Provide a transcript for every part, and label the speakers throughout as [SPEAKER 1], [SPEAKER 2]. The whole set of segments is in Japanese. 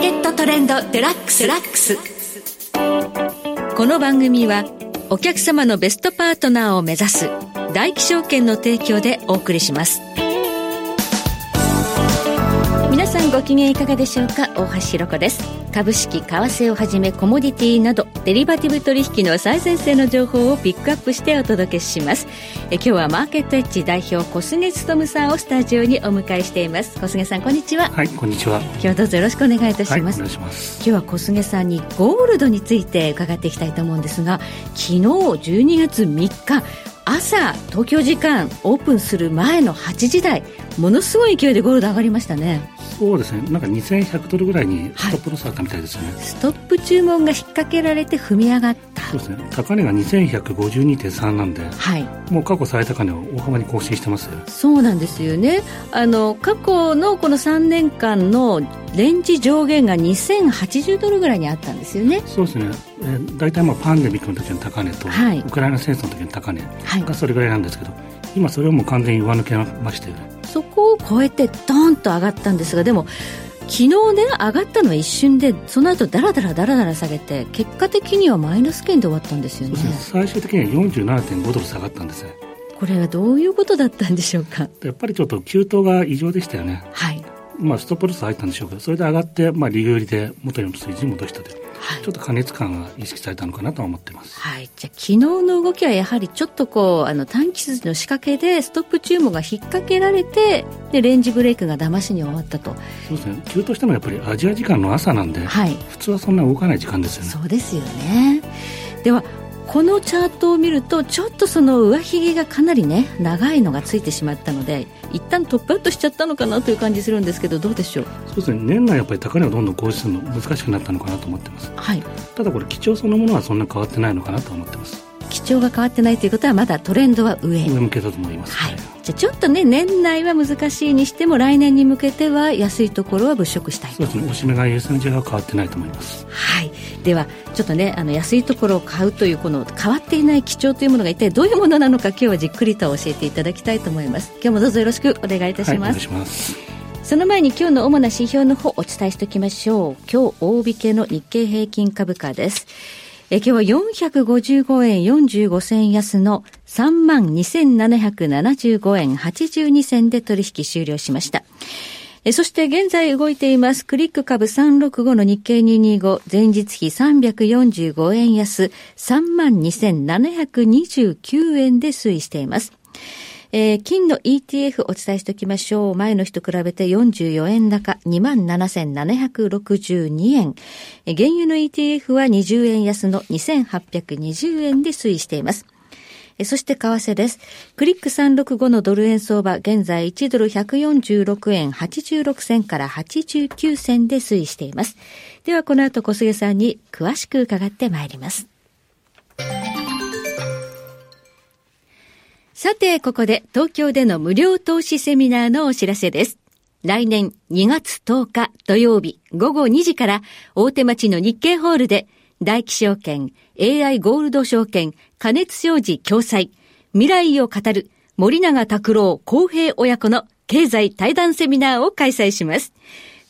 [SPEAKER 1] ケットトレンドデラックスラックスこの番組はお客様のベストパートナーを目指す大気証券の提供でお送りします皆さんご機嫌いかがでしょうか大橋ひろ子です株式為替をはじめコモディティなどデリバティブ取引の最前線の情報をピックアップしてお届けしますえ今日はマーケットエッジ代表小菅勉さんをスタジオにお迎えしています小菅さんこんにちは
[SPEAKER 2] はいこんにちは
[SPEAKER 1] 今日はどうぞよろしくお願いいた
[SPEAKER 2] は
[SPEAKER 1] し
[SPEAKER 2] いお
[SPEAKER 1] ます、
[SPEAKER 2] 願いします
[SPEAKER 1] 今日は小菅さんにゴールドについて伺っていきたいと思うんですが昨日12月3日朝東京時間オープンする前の8時台ものすごい勢いでゴールド上がりましたね
[SPEAKER 2] そうですねなんか2100ドルぐらいに
[SPEAKER 1] はい
[SPEAKER 2] ストップロスあったみたいですね、
[SPEAKER 1] ストップ注文が引っ掛けられて踏み上がった
[SPEAKER 2] そうですね高値が2152.3なんで
[SPEAKER 1] はい
[SPEAKER 2] もう過去最高値を大幅に更新してます
[SPEAKER 1] そうなんですよねあの過去のこの3年間のレンジ上限が2080ドルぐらいにあったんですよね
[SPEAKER 2] そうですね、えー、大体まあパンデミックの時の高値と、
[SPEAKER 1] はい
[SPEAKER 2] ウクライナ戦争の時の高値
[SPEAKER 1] はい
[SPEAKER 2] がそれぐらいなんですけど今それをもう完全に上抜けまして
[SPEAKER 1] そこを超えてドーンと上がったんですがでも昨日ね上がったのは一瞬でその後ダラダラダラダラ下げて結果的にはマイナス圏で終わったんですよ
[SPEAKER 2] そ
[SPEAKER 1] ね
[SPEAKER 2] うですね最終的には47.5ドル下がったんですね
[SPEAKER 1] これはどういうことだったんでしょうか
[SPEAKER 2] でやっぱりちょっと急騰が異常でしたよね
[SPEAKER 1] はい
[SPEAKER 2] まあストップロス入ったんでしょうけどそれで上がってまあ利売りで元に水準戻したで
[SPEAKER 1] はい
[SPEAKER 2] ちょっと過熱感が意識されたのかなとは思ってます。
[SPEAKER 1] はい、じゃあ昨日の動きはやはりちょっとこうあの短期筋の仕掛けでストップ注文が引っ掛けられてでレンジブレイクが騙しに終わったと
[SPEAKER 2] そうですね。急としてもやっぱりアジア時間の朝なんで、
[SPEAKER 1] はい
[SPEAKER 2] 普通はそんな動かない時間ですよね。
[SPEAKER 1] そうですよねではこのチャートを見るとちょっとその上髭がかなりね長いのがついてしまったので一旦トップアウトしちゃったのかなという感じするんですけどどうでしょう
[SPEAKER 2] そうですね。年内やっぱり高値をどんどん更新するの難しくなったのかなと思ってます。
[SPEAKER 1] はい
[SPEAKER 2] ただこれ基調そのものはそんな変わってないのかなと思ってます。
[SPEAKER 1] 基調が変わってないということはまだトレンドは上
[SPEAKER 2] 上向けたと思います。
[SPEAKER 1] はいじゃあちょっとね年内は難しいにしても来年に向けては安いところは物色したい
[SPEAKER 2] そうですね。おしめ買い優先順位は変わってないと思います。
[SPEAKER 1] はい、ではちょっとねあの安いところを買うというこの変わっていない基調というものが一体どういうものなのか今日はじっくりと教えていただきたいと思います今日もどうぞよろしくお願いいたし
[SPEAKER 2] はい、お願
[SPEAKER 1] ます、
[SPEAKER 2] いします。
[SPEAKER 1] その前に今日の主な指標の方お伝えしておきましょう今日大引けの日経平均株価ですえ今日は455円45銭安の3万2775円82銭で取引終了しました。えそして現在動いていますクリック株365の日経225前日比345円安32,729円で推移しています。えー金の ETF お伝えしておきましょう。前の日と比べて44円高、27,762円。えー原油の ETF は20円安の2,820円で推移しています。えーそして為替です。クリック365のドル円相場、現在1ドル146円86銭から89銭で推移しています。ではこの後小菅さんに詳しく伺ってまいります。さて、ここで東京での無料投資セミナーのお知らせです。来年2月10日土曜日午後2時から大手町の日経ホールで大気証券、AI ゴールド証券、加熱商事共催、未来を語る森永拓郎公平親子の経済対談セミナーを開催します。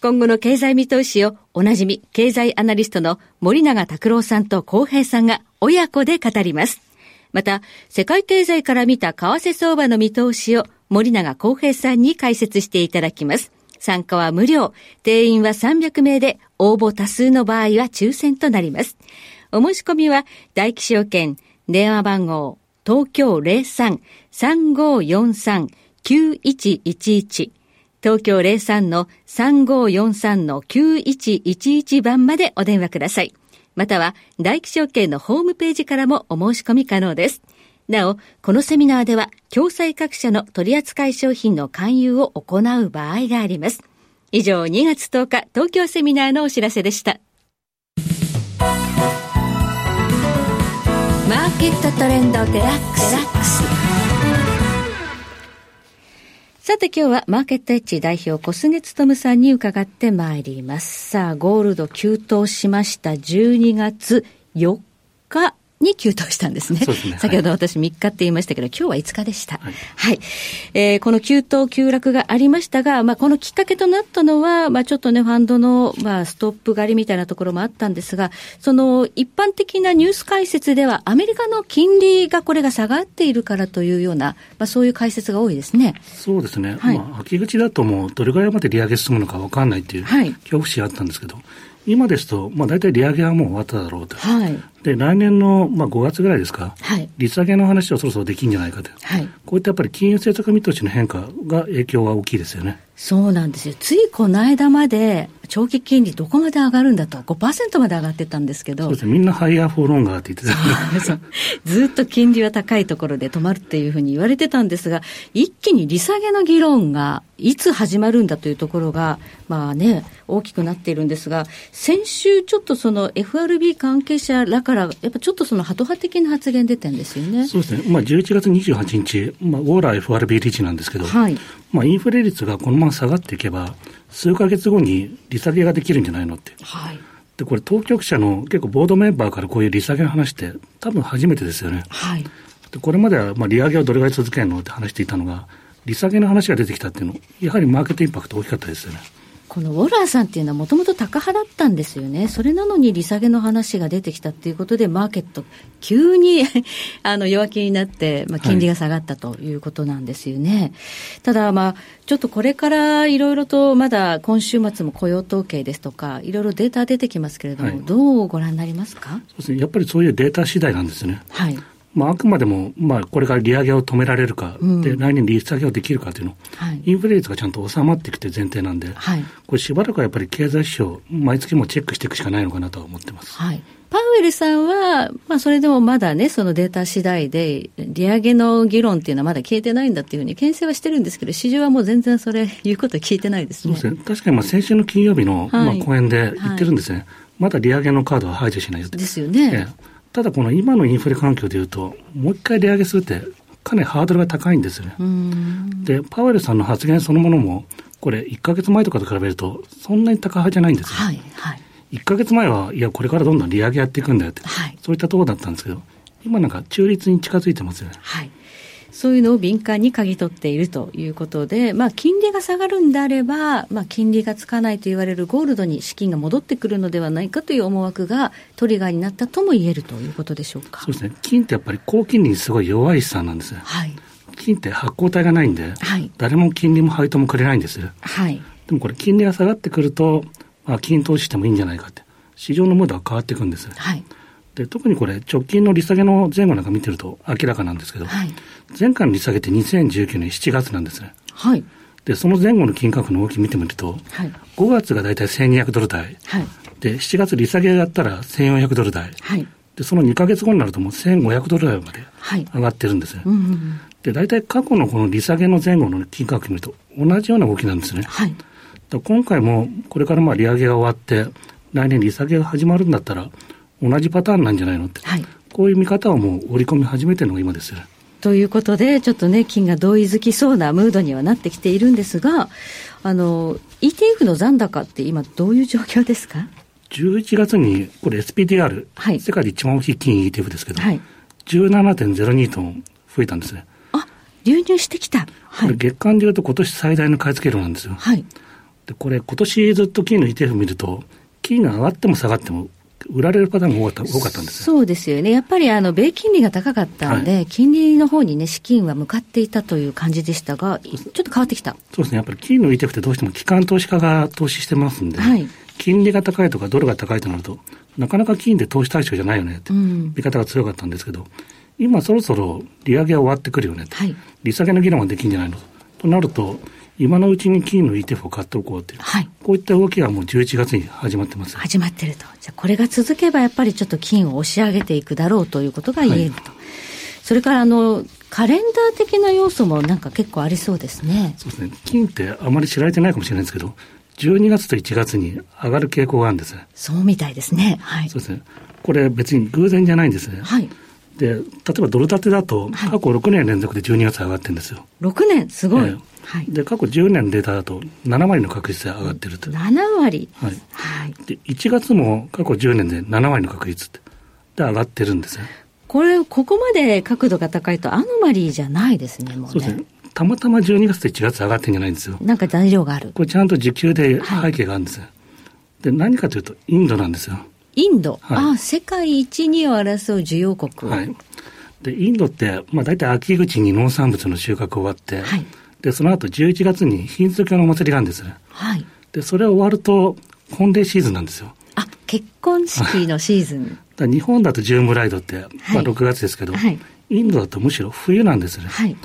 [SPEAKER 1] 今後の経済見通しをおなじみ経済アナリストの森永拓郎さんと公平さんが親子で語ります。また、世界経済から見た為替相場の見通しを森永康平さんに解説していただきます。参加は無料。定員は300名で、応募多数の場合は抽選となります。お申し込みは、大気証券、電話番号、東京03-3543-9111、東京03-3543-9111番までお電話ください。または、大気証券のホームページからもお申し込み可能です。なお、このセミナーでは、共済各社の取扱い商品の勧誘を行う場合があります。以上、2月10日、東京セミナーのお知らせでした。マーケットトレンドデラックス。さて今日はマーケットエッジ代表小菅勤さんに伺ってまいります。さあ、ゴールド急騰しました12月4日に急騰したんですね。
[SPEAKER 2] そうですねはい
[SPEAKER 1] 先ほど私3日って言いましたけど、今日は5日でした。は
[SPEAKER 2] はいい。
[SPEAKER 1] えーこの急騰、急落がありましたが、まあ、このきっかけとなったのは、まあ、ちょっとね、ファンドの、まあ、ストップ狩りみたいなところもあったんですが、その、一般的なニュース解説では、アメリカの金利がこれが下がっているからというような、まあ、そういう解説が多いですね。
[SPEAKER 2] そうですね、
[SPEAKER 1] はい
[SPEAKER 2] まあ、秋口だともうどれぐらいまで利上げ進むのか分かんないっていう
[SPEAKER 1] はい
[SPEAKER 2] 恐怖心あったんですけど、今ですと、まあ、大体利上げはもう終わっただろうと、
[SPEAKER 1] はい。
[SPEAKER 2] で来年の、まあ、5月ぐらいですか、
[SPEAKER 1] はい。
[SPEAKER 2] 利下げの話はそろそろできんじゃないかと、
[SPEAKER 1] はい。
[SPEAKER 2] こういったやっぱり金融政策見通しの変化が影響は大きいですよね。
[SPEAKER 1] そうなんですよ。ついこの間まで、長期金利どこまで上がるんだと、5%まで上がってたんですけ
[SPEAKER 2] そ
[SPEAKER 1] ど
[SPEAKER 2] うで、すね、みんなハイヤーフォーロンガーって言ってた
[SPEAKER 1] そう ずっと金利は高いところで止まるっていうふうに言われてたんですが、一気に利下げの議論がいつ始まるんだというところが、まあね、大きくなっているんですが、先週ちょっとその FRB 関係者らから、やっぱちょっとそのハト派的な発言出てんですよね。
[SPEAKER 2] そうですね、まあ、11月28日、まあ、ウォーラー FRB 理事なんですけど、
[SPEAKER 1] はい。
[SPEAKER 2] まあ、インフレ率がこのまま下がっていけば、数ヶ月後に利下げができるんじゃないのって、
[SPEAKER 1] はい。
[SPEAKER 2] でこれ、当局者の結構、ボードメンバーからこういう利下げの話って、多分初めてですよね。
[SPEAKER 1] はい。
[SPEAKER 2] でこれまではまあ利上げをどれぐらい続けるのって話していたのが、利下げの話が出てきたっていうの、やはりマーケットインパクト大きかったですよね。
[SPEAKER 1] このウォーラーさんっていうのはもともと高派だったんですよね。それなのに利下げの話が出てきたっていうことで、マーケット急に あの弱気になって、まあ、金利が下がったということなんですよね。ただ、まあ、ちょっとこれからいろいろとまだ今週末も雇用統計ですとか、いろいろデータ出てきますけれども、
[SPEAKER 2] はい
[SPEAKER 1] どうご覧になりますか
[SPEAKER 2] そうですね、やっぱりそういうデータ次第なんですね。
[SPEAKER 1] はい。
[SPEAKER 2] まあ、あくまでも、まあ、これから利上げを止められるか、
[SPEAKER 1] うん
[SPEAKER 2] で、来年利下げをできるかというの、
[SPEAKER 1] はい。
[SPEAKER 2] インフレ率がちゃんと収まってきて前提なんで、
[SPEAKER 1] はい。
[SPEAKER 2] これしばらくはやっぱり経済指標、毎月もチェックしていくしかないのかなとは思ってます。
[SPEAKER 1] はい。パウエルさんは、まあ、それでもまだね、そのデータ次第で、利上げの議論っていうのはまだ消えてないんだっていうふうに、牽制はしてるんですけど、市場はもう全然それ、言うこと聞いてないです
[SPEAKER 2] そう
[SPEAKER 1] ね。
[SPEAKER 2] ですね。確かにまあ先週の金曜日
[SPEAKER 1] は
[SPEAKER 2] の、
[SPEAKER 1] い
[SPEAKER 2] まあ講演で言ってるんですね、まだ利上げのカードは排除しないよって。
[SPEAKER 1] ですよね。
[SPEAKER 2] ええただこの今のインフレ環境でいうと、もう一回利上げするって、かなりハードルが高いんですよね。
[SPEAKER 1] うーん。
[SPEAKER 2] で、パウエルさんの発言そのものも、これ1ヶ月前とかと比べると、そんなに高派じゃないんですよ。
[SPEAKER 1] はい、はい、
[SPEAKER 2] 1ヶ月前は、いや、これからどんどん利上げやっていくんだよって、
[SPEAKER 1] はい、
[SPEAKER 2] そういったところだったんですけど、今なんか中立に近づいてますよね。
[SPEAKER 1] はい。そういうのを敏感に嗅ぎ取っているということで、まあ、金利が下がるんであれば、まあ、金利がつかないと言われるゴールドに資金が戻ってくるのではないかという思惑がトリガーになったとも言えるということでしょうか。
[SPEAKER 2] そうですね。金ってやっぱり高金利にすごい弱い資産なんですよ。
[SPEAKER 1] はい、
[SPEAKER 2] 金って発行体がないんで、
[SPEAKER 1] はい、
[SPEAKER 2] 誰も金利も配当もくれないんですよ。
[SPEAKER 1] はい。
[SPEAKER 2] でもこれ金利が下がってくると、まあ、金投資してもいいんじゃないかって。市場のムードが変わっていくんですよ。
[SPEAKER 1] はい。
[SPEAKER 2] で、特にこれ直近の利下げの前後なんか見てると明らかなんですけど、
[SPEAKER 1] はい。
[SPEAKER 2] 前回の利下げって2019年7月なんですね。
[SPEAKER 1] はい。
[SPEAKER 2] で、その前後の金額の動き見てみると、
[SPEAKER 1] はい。
[SPEAKER 2] 5月がだいたい1200ドル台。
[SPEAKER 1] はい。
[SPEAKER 2] で、7月利下げがあったら1400ドル台。
[SPEAKER 1] はい。
[SPEAKER 2] で、その2ヶ月後になるともう1500ドル台まで
[SPEAKER 1] はい。
[SPEAKER 2] 上がってるんですね
[SPEAKER 1] うんうんうん。
[SPEAKER 2] で、大体過去のこの利下げの前後の金額見ると同じような動きなんですね。
[SPEAKER 1] はい。
[SPEAKER 2] だ今回もこれからまあ利上げが終わって、来年利下げが始まるんだったら、同じパターンなんじゃないのって。
[SPEAKER 1] はい。
[SPEAKER 2] こういう見方をもう織り込み始めてるのが今ですよね。
[SPEAKER 1] ということで、ちょっとね、金が同意づきそうなムードにはなってきているんですが、あの、ETF の残高って今どういう状況ですか
[SPEAKER 2] 11月に、これ SPDR、
[SPEAKER 1] はい
[SPEAKER 2] 世界で一番大きい金 ETF ですけど、
[SPEAKER 1] はい。
[SPEAKER 2] 17.02トン増えたんですね。
[SPEAKER 1] あ、流入してきた。は
[SPEAKER 2] これ
[SPEAKER 1] い。
[SPEAKER 2] 月間でいうと今年最大の買い付け量なんですよ。
[SPEAKER 1] はい。
[SPEAKER 2] で、これ今年ずっと金の ETF 見ると、金が上がっても下がっても、売られるパターンが多かった多かったんですよ
[SPEAKER 1] そうですよね。やっぱりあの、米金利が高かったんで、金利の方にね、資金は向かっていたという感じでしたが、ちょっと変わってきた。
[SPEAKER 2] そうですね、やっぱり金の ETF ってどうしても機関投資家が投資してますんで、
[SPEAKER 1] はい
[SPEAKER 2] 金利が高いとかドルが高いとなると、なかなか金で投資対象じゃないよねって、
[SPEAKER 1] うん。
[SPEAKER 2] 見方が強かったんですけど、今そろそろ利上げは終わってくるよねって、
[SPEAKER 1] はい。
[SPEAKER 2] 利下げの議論はできんじゃないのとなると、今のうちに金の ETF を買っておこうっていう、
[SPEAKER 1] はい。
[SPEAKER 2] こういった動きがもう11月に始まってます。
[SPEAKER 1] 始まってると。じゃあこれが続けばやっぱりちょっと金を押し上げていくだろうということが言えると。それからあの、カレンダー的な要素もなんか結構ありそうですね。
[SPEAKER 2] そうですね、金ってあまり知られてないかもしれないんですけど、12月と1月に上がる傾向があるんですね。
[SPEAKER 1] そうみたいですね。はい
[SPEAKER 2] そ。うですね。これ別に偶然じゃないんですね。
[SPEAKER 1] はい。
[SPEAKER 2] で、例えばドル建てだと、
[SPEAKER 1] はい
[SPEAKER 2] 過去6年連続で12月上がってるんですよ。
[SPEAKER 1] 6年、すごい。
[SPEAKER 2] ええ
[SPEAKER 1] はい。
[SPEAKER 2] で、過去10年のデータだと、7割の確率で上がってると。
[SPEAKER 1] 7割。
[SPEAKER 2] はい。
[SPEAKER 1] はい。
[SPEAKER 2] で、1月も過去10年で7割の確率って、で上がってるんですよ。
[SPEAKER 1] これ、ここまで角度が高いとアノマリーじゃないですね、もう
[SPEAKER 2] そうです
[SPEAKER 1] ね
[SPEAKER 2] ね。。たまたま12月と1月上がってんじゃないんですよ。
[SPEAKER 1] なんか材料がある。
[SPEAKER 2] これちゃんと時給で背景があるんですよ。で、何かというと、インドなんですよ。
[SPEAKER 1] インド。
[SPEAKER 2] はい
[SPEAKER 1] ああ、世界一、二を争う需要国。
[SPEAKER 2] はい。で、インドって、まあ大体秋口に農産物の収穫終わって、
[SPEAKER 1] はい
[SPEAKER 2] で、その後11月にヒンズー教のお祭りがあるんですね。
[SPEAKER 1] はい。
[SPEAKER 2] で、それ終わると、婚礼シーズンなんですよ。
[SPEAKER 1] あ、結婚式のシーズン。
[SPEAKER 2] だから日本だとジュームライドって、ま
[SPEAKER 1] は
[SPEAKER 2] あ
[SPEAKER 1] い
[SPEAKER 2] 6月ですけど、
[SPEAKER 1] はい
[SPEAKER 2] インドだとむしろ冬なんですね。
[SPEAKER 1] はい。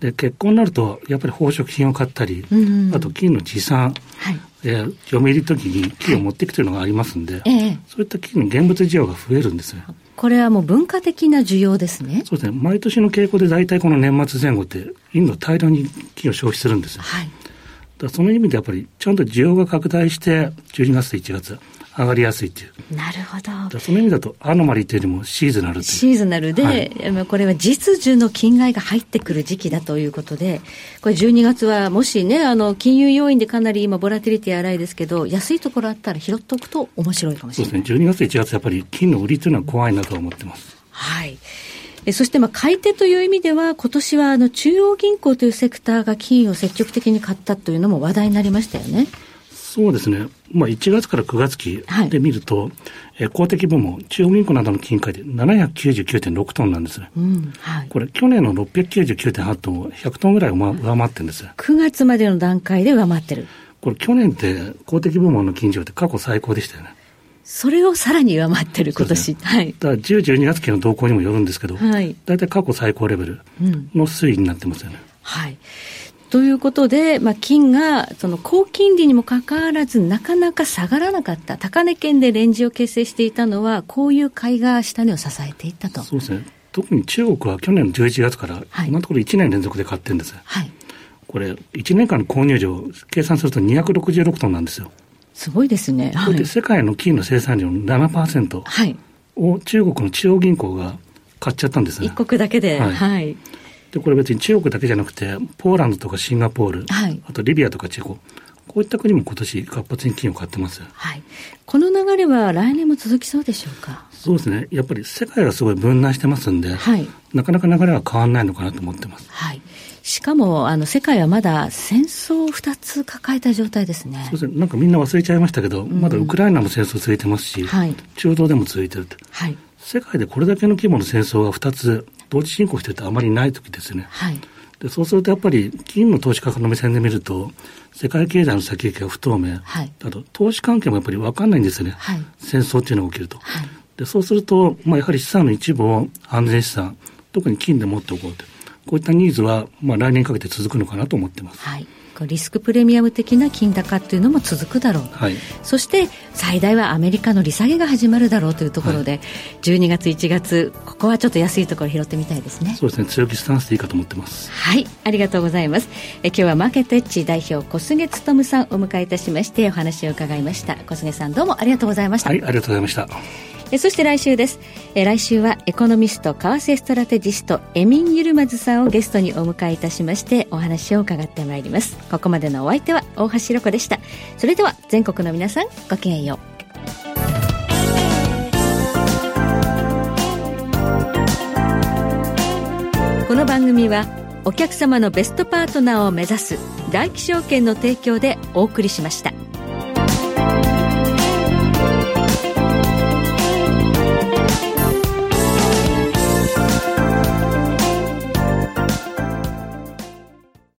[SPEAKER 2] で、結婚になると、やっぱり宝飾品を買ったり、
[SPEAKER 1] うんうん
[SPEAKER 2] あと金の持参、
[SPEAKER 1] はい。
[SPEAKER 2] えー、嫁入り時に木を持ってきてるのがありますんで、
[SPEAKER 1] ええ。
[SPEAKER 2] そういった木の現物需要が増えるんですね。
[SPEAKER 1] これはもう文化的な需要ですね。
[SPEAKER 2] そうですね。毎年の傾向で大体この年末前後って、インド大量に木を消費するんですよ。だか
[SPEAKER 1] はい。
[SPEAKER 2] らその意味でやっぱり、ちゃんと需要が拡大して、12月と1月、上がりやすいっていう。だ
[SPEAKER 1] なるほ
[SPEAKER 2] か
[SPEAKER 1] ど。
[SPEAKER 2] らその意味だと、アノマリーというよりもシーズナルっていう。
[SPEAKER 1] シーズナルで、
[SPEAKER 2] はい
[SPEAKER 1] あのこれは実需の金害が入ってくる時期だということで、これ12月はもしね、あの、金融要因でかなり今、ボラティリティ荒いですけど、安いところあったら拾っておくと面白いかもし
[SPEAKER 2] そう
[SPEAKER 1] れ
[SPEAKER 2] で
[SPEAKER 1] ない。
[SPEAKER 2] すね。12月と1月、やっぱり金の売りというのは怖いなとは思ってます。
[SPEAKER 1] はい。えそして、まあ、買い手という意味では、今年は、あの、中央銀行というセクターが金を積極的に買ったというのも話題になりましたよね。
[SPEAKER 2] そうですね。まあ、1月から9月期
[SPEAKER 1] はい
[SPEAKER 2] で見ると、えー公的部門、中央銀行などの金塊で799.6トンなんですね。
[SPEAKER 1] うん。はい。
[SPEAKER 2] これ、去年の699.8トンを100トンぐらい上上回ってるんですよ。
[SPEAKER 1] 9月までの段階で上回ってる。
[SPEAKER 2] これ去年って公的部門の金利って過去最高でしたよね。
[SPEAKER 1] それをさらに上回ってる、今年。はい。
[SPEAKER 2] だから10、12月期の動向にもよるんですけど、
[SPEAKER 1] はい。
[SPEAKER 2] 大体過去最高レベル
[SPEAKER 1] うん。
[SPEAKER 2] の推移になってますよね。
[SPEAKER 1] はい。ということで、まあ、金が、その高金利にもかかわらず、なかなか下がらなかった。高値圏でレンジを形成していたのは、こういう買いが下値を支えていったと。
[SPEAKER 2] そうですね。特に中国は去年の11月から、
[SPEAKER 1] はい
[SPEAKER 2] 今のところ1年連続で買ってるんです。
[SPEAKER 1] はい。
[SPEAKER 2] これ、1年間の購入量、計算すると266トンなんですよ。
[SPEAKER 1] すごいですね。
[SPEAKER 2] こ
[SPEAKER 1] は
[SPEAKER 2] れ
[SPEAKER 1] い
[SPEAKER 2] で。世界の金の生産量の7%
[SPEAKER 1] はい。
[SPEAKER 2] を中国の中央銀行が買っちゃったんですね
[SPEAKER 1] 一。国だけで、は。
[SPEAKER 2] はいい
[SPEAKER 1] はい。
[SPEAKER 2] で、これ別に中国だけじゃなくて、ポーランドとかシンガポール、
[SPEAKER 1] はい
[SPEAKER 2] あとリビアとかチェコ、こういった国も今年活発に金を買ってます。
[SPEAKER 1] この流れは来年も続きそうでしょうか。
[SPEAKER 2] そうですね。やっぱり世界はすごい分断してますんで、
[SPEAKER 1] はい。
[SPEAKER 2] なかなか流れは変わんないのかなと思ってます。
[SPEAKER 1] はい。しかも、あの、世界はまだ戦争を2つ抱えた状態ですね
[SPEAKER 2] そう。ですね。なんかみんな忘れちゃいましたけど、まだウクライナも戦争続いてますし、
[SPEAKER 1] はい。
[SPEAKER 2] 中東でも続いてるって。
[SPEAKER 1] はい。
[SPEAKER 2] 世界でこれだけの規模の戦争が2つ同時進行してるってあまりない時ですね。
[SPEAKER 1] はい。
[SPEAKER 2] でそうするとやっぱり金の投資家の目線で見ると、世界経済の先行きが不透明、
[SPEAKER 1] はい
[SPEAKER 2] あと投資関係もやっぱり分かんないんですよね。
[SPEAKER 1] はい。
[SPEAKER 2] 戦争っていうのが起きると。
[SPEAKER 1] はい。
[SPEAKER 2] でそうすると、まあ、やはり資産の一部を安全資産、特に金で持っておこうと。こういったニーズは、まあ、来年かけて続くのかなと思ってます。
[SPEAKER 1] はい。こうリスクプレミアム的な金高っていうのも続くだろう。
[SPEAKER 2] はい。
[SPEAKER 1] そして最大はアメリカの利下げが始まるだろうというところで、12月1月ここはちょっと安いところ拾ってみたいですね。
[SPEAKER 2] そうですね。強気スタンスでいいかと思ってます。
[SPEAKER 1] はい、ありがとうございます。え今日はマーケットエッジ代表小菅勤さんをお迎えいたしましてお話を伺いました。小菅さんどうもありがとうございました。
[SPEAKER 2] はい、ありがとうございました。
[SPEAKER 1] えそして来週です。え来週はエコノミスト為替ストラテジストエミン・ユルマズさんをゲストにお迎えいたしましてお話を伺ってまいります。ここまでのお相手は大橋ロコでした。それでは全国の皆さんごきげんよう。この番組はお客様のベストパートナーを目指す大気証券の提供でお送りしました。